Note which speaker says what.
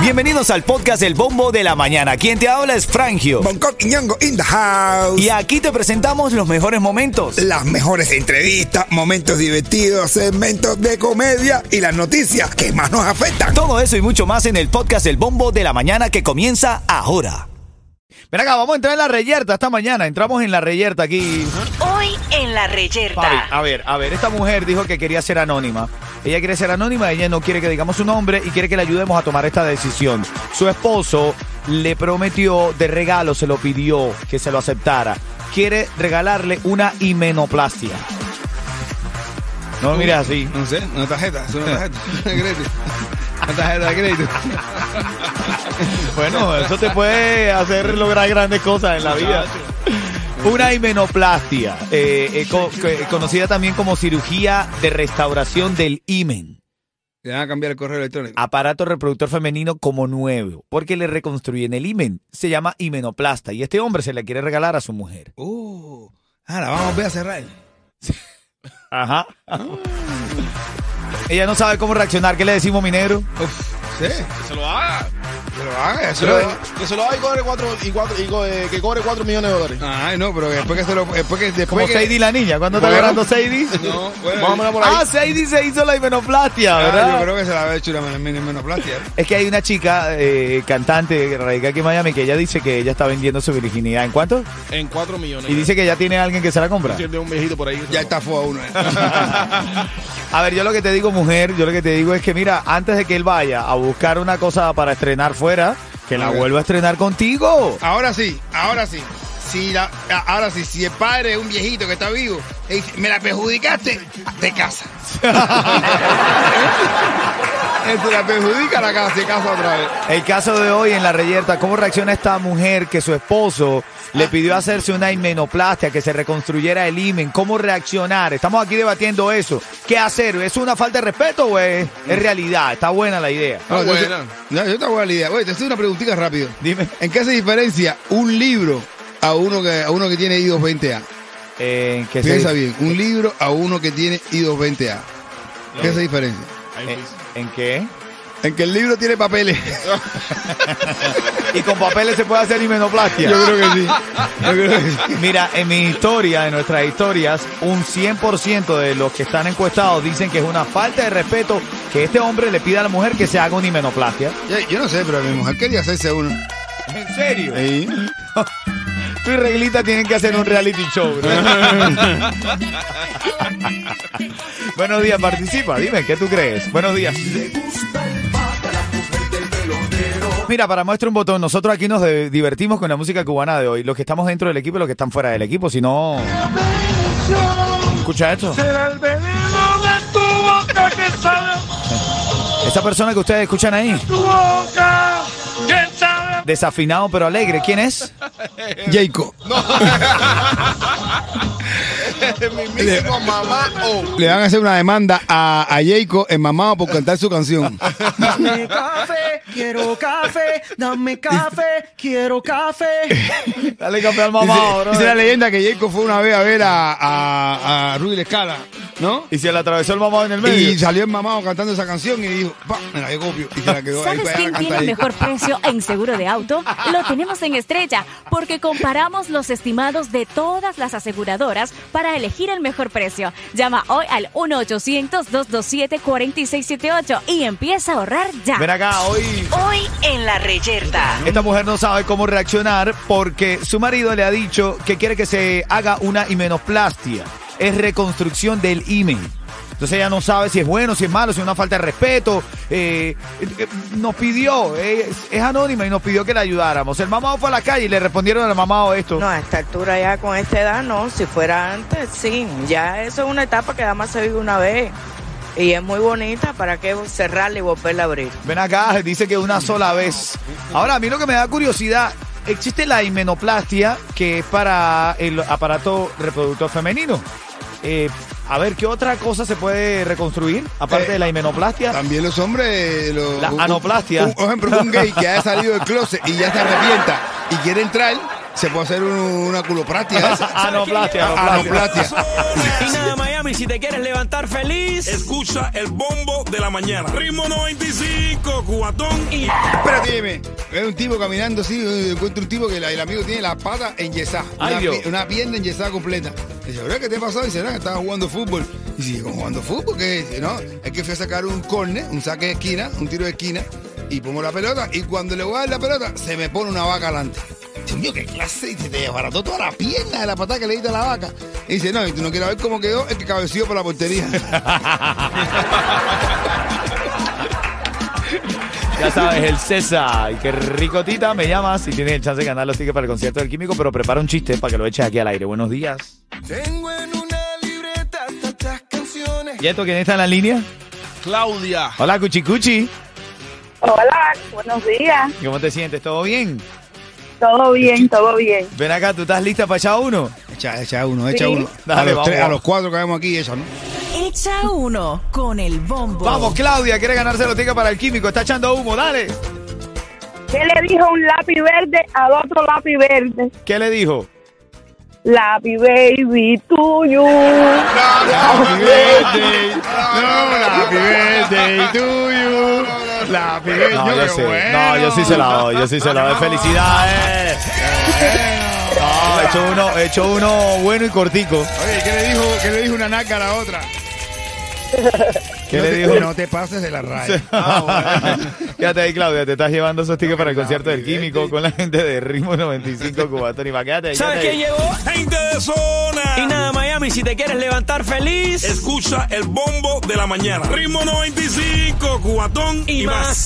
Speaker 1: Bienvenidos al podcast El Bombo de la Mañana. Quien te habla es Frangio.
Speaker 2: Bangkok y Ñongo in the house.
Speaker 1: Y aquí te presentamos los mejores momentos.
Speaker 2: Las mejores entrevistas, momentos divertidos, segmentos de comedia y las noticias que más nos afectan.
Speaker 1: Todo eso y mucho más en el podcast El Bombo de la Mañana que comienza ahora. Ven acá, vamos a entrar en la reyerta esta mañana. Entramos en la reyerta aquí.
Speaker 3: Hoy en la reyerta.
Speaker 1: Papi, a ver, a ver, esta mujer dijo que quería ser anónima. Ella quiere ser anónima, ella no quiere que digamos su nombre y quiere que le ayudemos a tomar esta decisión. Su esposo le prometió de regalo, se lo pidió que se lo aceptara. Quiere regalarle una himenoplastia. No lo mires así.
Speaker 4: No sé, una tarjeta, es una tarjeta de crédito. Una tarjeta de crédito.
Speaker 1: Bueno, eso te puede hacer lograr grandes cosas en la vida. Una himenoplastia, eh, eh, co- que- conocida también como cirugía de restauración del himen,
Speaker 4: Te van a cambiar el correo electrónico.
Speaker 1: aparato reproductor femenino como nuevo, porque le reconstruyen el himen. Se llama himenoplasta y este hombre se la quiere regalar a su mujer.
Speaker 4: Uh, ah, la vamos a ver a cerrar.
Speaker 1: Ajá. Ella no sabe cómo reaccionar. ¿Qué le decimos, minero?
Speaker 4: Uf, sí.
Speaker 5: se lo haga.
Speaker 4: Que lo haga, eso
Speaker 5: Se lo,
Speaker 4: lo-
Speaker 5: que se lo haga y cobre 4 y cuatro- y co- eh, que cobre 4 millones de dólares.
Speaker 4: Ay, no, pero que después que se lo. Después que. Después
Speaker 1: Como
Speaker 4: que-
Speaker 1: Sadie la niña. ¿Cuándo está
Speaker 4: Bueno.
Speaker 1: agarrando Sadie?
Speaker 4: No, bueno.
Speaker 5: Más o menos por ahí.
Speaker 1: Ah, Sadie se hizo la himenoplastia,
Speaker 4: Ah,
Speaker 1: ¿verdad?
Speaker 4: yo creo que se la va a ¿eh? hecho una men- men- menoplastia. ¿no?
Speaker 1: Es que hay una chica, eh, cantante, que radica aquí en Miami, que ella dice que ella está vendiendo su virginidad. ¿En cuánto?
Speaker 5: En 4 millones.
Speaker 1: Y dice que ya tiene alguien que se la compra.
Speaker 5: Tiene un viejito por ahí. Ah,
Speaker 4: Ya está fuego uno. ¿eh?
Speaker 1: A ver, yo lo que te digo, mujer, yo lo que te digo es que, mira, antes de que él vaya a buscar una cosa para estrenar fuera, que la
Speaker 4: Ok.
Speaker 1: vuelva a estrenar contigo.
Speaker 4: Ahora sí, ahora sí. Si la, a- ahora sí, si el padre es un viejito que está vivo, le dice, me la perjudicaste, te casa. Él se la perjudica, la casa, se casa otra vez.
Speaker 1: El caso de hoy en la reyerta, ¿cómo reacciona esta mujer que su esposo le pidió hacerse una himenoplastia, que se reconstruyera el himen? ¿Cómo reaccionar? Estamos aquí debatiendo eso. ¿Qué hacer? ¿Es una falta de respeto o es, es realidad? Está buena la idea.
Speaker 5: Ah,
Speaker 4: yo te-
Speaker 5: buena.
Speaker 4: no, yo te hago la idea. Oye, te estoy una preguntita rápido.
Speaker 1: Dime.
Speaker 4: ¿En qué se diferencia un libro a uno que, a uno que tiene I220A?
Speaker 1: Eh, que se-
Speaker 4: Piensa bien, un libro a uno que tiene I220A. ¿Qué se diferencia?
Speaker 1: eh, ¿En qué?
Speaker 4: En que el libro tiene papeles.
Speaker 1: Y con papeles se puede hacer himenoplastia.
Speaker 4: Yo creo que sí. Yo creo que sí.
Speaker 1: Mira, en mi historia, en nuestras historias, un 100% de los que están encuestados dicen que es una falta de respeto que este hombre le pida a la mujer que se haga una himenoplastia.
Speaker 4: Yo, yo no sé, pero mi mujer quería hacerse uno.
Speaker 1: ¿En serio?
Speaker 4: Sí.
Speaker 1: Tú y Reglita tienen que hacer un reality show. ¿no? Buenos días, participa. Dime, ¿qué tú crees? Buenos días. Mira, para muestra un botón, nosotros aquí nos de- divertimos con la música cubana de hoy. Los que estamos dentro del equipo y los que están fuera del equipo, si no... Escucha esto. Esa persona que ustedes escuchan ahí, desafinado pero alegre, ¿quién es?
Speaker 4: Jacob.
Speaker 5: Mi mismo mamá o.
Speaker 4: Le van a hacer una demanda a, a Jacob en Mamado por cantar su canción.
Speaker 6: Dame café, quiero café, dame café, quiero café.
Speaker 1: Dale campeón
Speaker 4: dice,
Speaker 1: mamado, bro.
Speaker 4: dice la leyenda que Jacob fue una vez a ver a, a, a Rudy Lescala, ¿no?
Speaker 1: Y se le atravesó el mamado en el medio.
Speaker 4: Y salió en Mamado cantando esa canción y dijo, pa, me la yo copio. Y se la quedó ahí
Speaker 7: ¿Sabes
Speaker 4: para allá
Speaker 7: quién
Speaker 4: la
Speaker 7: tiene
Speaker 4: canta
Speaker 7: el
Speaker 4: ahí.
Speaker 7: mejor precio en seguro de auto? Lo tenemos en Estrella, porque comparamos los estimados de todas las aseguradoras para elegir el mejor precio. Llama hoy al 1-800-227-4678 y empieza a ahorrar ya.
Speaker 1: Ven acá, hoy
Speaker 3: Hoy en la reyerta.
Speaker 1: esta mujer no sabe cómo reaccionar porque su marido le ha dicho que quiere que se haga una himenoplastia. Es reconstrucción del himen. Entonces ella no sabe si es bueno, si es malo, si es una falta de respeto. Eh, eh, nos pidió, eh, es, es anónima y nos pidió que la ayudáramos. El mamado fue a la calle y le respondieron al mamado esto.
Speaker 8: No, a esta altura ya con esta edad no, si fuera antes sí, ya eso es una etapa que además se vive una vez y es muy bonita, ¿para qué cerrarla y volverla a abrir?
Speaker 1: Ven acá, dice que una sola vez. Ahora, a mí lo que me da curiosidad, existe la himenoplastia, que es para el aparato reproductor femenino. Eh, a ver, ¿qué otra cosa se puede reconstruir, aparte
Speaker 4: Eh,
Speaker 1: de la himenoplastia?
Speaker 4: También los hombres. Los,
Speaker 1: La
Speaker 4: un-
Speaker 1: anoplastia.
Speaker 4: un- Por ejemplo, un gay que ha salido del closet y ya se arrepienta y quiere entrar, Se puede hacer un- una culoplastia.
Speaker 1: Anoplastia,
Speaker 4: Anoplastia.
Speaker 9: Latina de Miami, si te quieres levantar feliz.
Speaker 10: Escucha el bombo de la mañana. Ritmo 95, cubatón. Y
Speaker 4: Pero dime, veo un tipo caminando así, eh, encuentro un tipo que la- el amigo tiene la pata enyesada.
Speaker 1: Ay,
Speaker 4: Una,
Speaker 1: Dios.
Speaker 4: pi- una pierna enyesada completa. Dice, ¿verdad qué te pasó? Dice, nada, que estaba jugando fútbol. Y dice, ¿cómo jugando fútbol? ¿Qué es? Dice, No, es que fui a sacar un corner, un saque de esquina, un tiro de esquina, y pongo la pelota, y cuando le voy a dar la pelota, se me pone una vaca adelante. Dios mío, qué clase, se te desbarató toda la pierna de la patada que le diste a la vaca. Y dice, no, y tú no quieres ver cómo quedó el que cabeció por la portería.
Speaker 1: Ya sabes, el César. Y qué ricotita me llamas si tienes el chance de ganar los tickets para el concierto del Químico, pero prepara un chiste para que lo eches aquí al aire. Buenos días.
Speaker 9: Tengo en una libreta tantas canciones.
Speaker 1: ¿Y esto quién está en la línea?
Speaker 5: Claudia.
Speaker 1: Hola, Cuchicuchi.
Speaker 11: Hola, buenos días.
Speaker 1: ¿Cómo te sientes? ¿Todo bien?
Speaker 11: Todo bien, todo bien.
Speaker 1: Ven acá, ¿tú estás lista para echar uno?
Speaker 4: echa, echa uno, echa
Speaker 11: Sí.
Speaker 4: uno.
Speaker 1: Dale,
Speaker 4: a, los
Speaker 1: vamos,
Speaker 4: tres- a
Speaker 1: vamos.
Speaker 4: los cuatro que vemos aquí, esa, ¿no?
Speaker 3: Echa uno con el bombo.
Speaker 1: Vamos, Claudia, quiere ganarse los tickets para el Químico. Está echando humo, dale.
Speaker 11: ¿Qué le dijo un lápiz verde al otro lápiz verde?
Speaker 1: ¿Qué le dijo?
Speaker 11: Lápiz baby tuyo.
Speaker 4: Happy
Speaker 1: Ah,
Speaker 4: birthday. No, happy birthday to you. Happy birthday.
Speaker 1: No, yo,
Speaker 4: Qué
Speaker 1: sí.
Speaker 4: bueno.
Speaker 1: No, yo sí se la doy, yo sí se la doy. ¡Felicidades! No, he hecho uno, he hecho uno bueno y cortico.
Speaker 4: Oye, ¿qué le dijo, qué le dijo una naca a la otra?
Speaker 1: ¿Qué
Speaker 4: no
Speaker 1: le
Speaker 4: te,
Speaker 1: dijo? Ah,
Speaker 4: No te pases de la raya.
Speaker 1: Quédate ahí, Claudia. Te estás llevando esos tickets para el concierto del Químico con la gente de Ritmo 95 Cubatón. Y va, quédate ahí.
Speaker 9: ¿Sabes
Speaker 1: quédate
Speaker 9: quién
Speaker 1: ahí.
Speaker 9: llegó?
Speaker 10: gente de zona.
Speaker 9: Latina de Miami, si te quieres levantar feliz.
Speaker 10: Escucha el bombo de la mañana. Ritmo 95, cubatón. Y,
Speaker 9: Y más.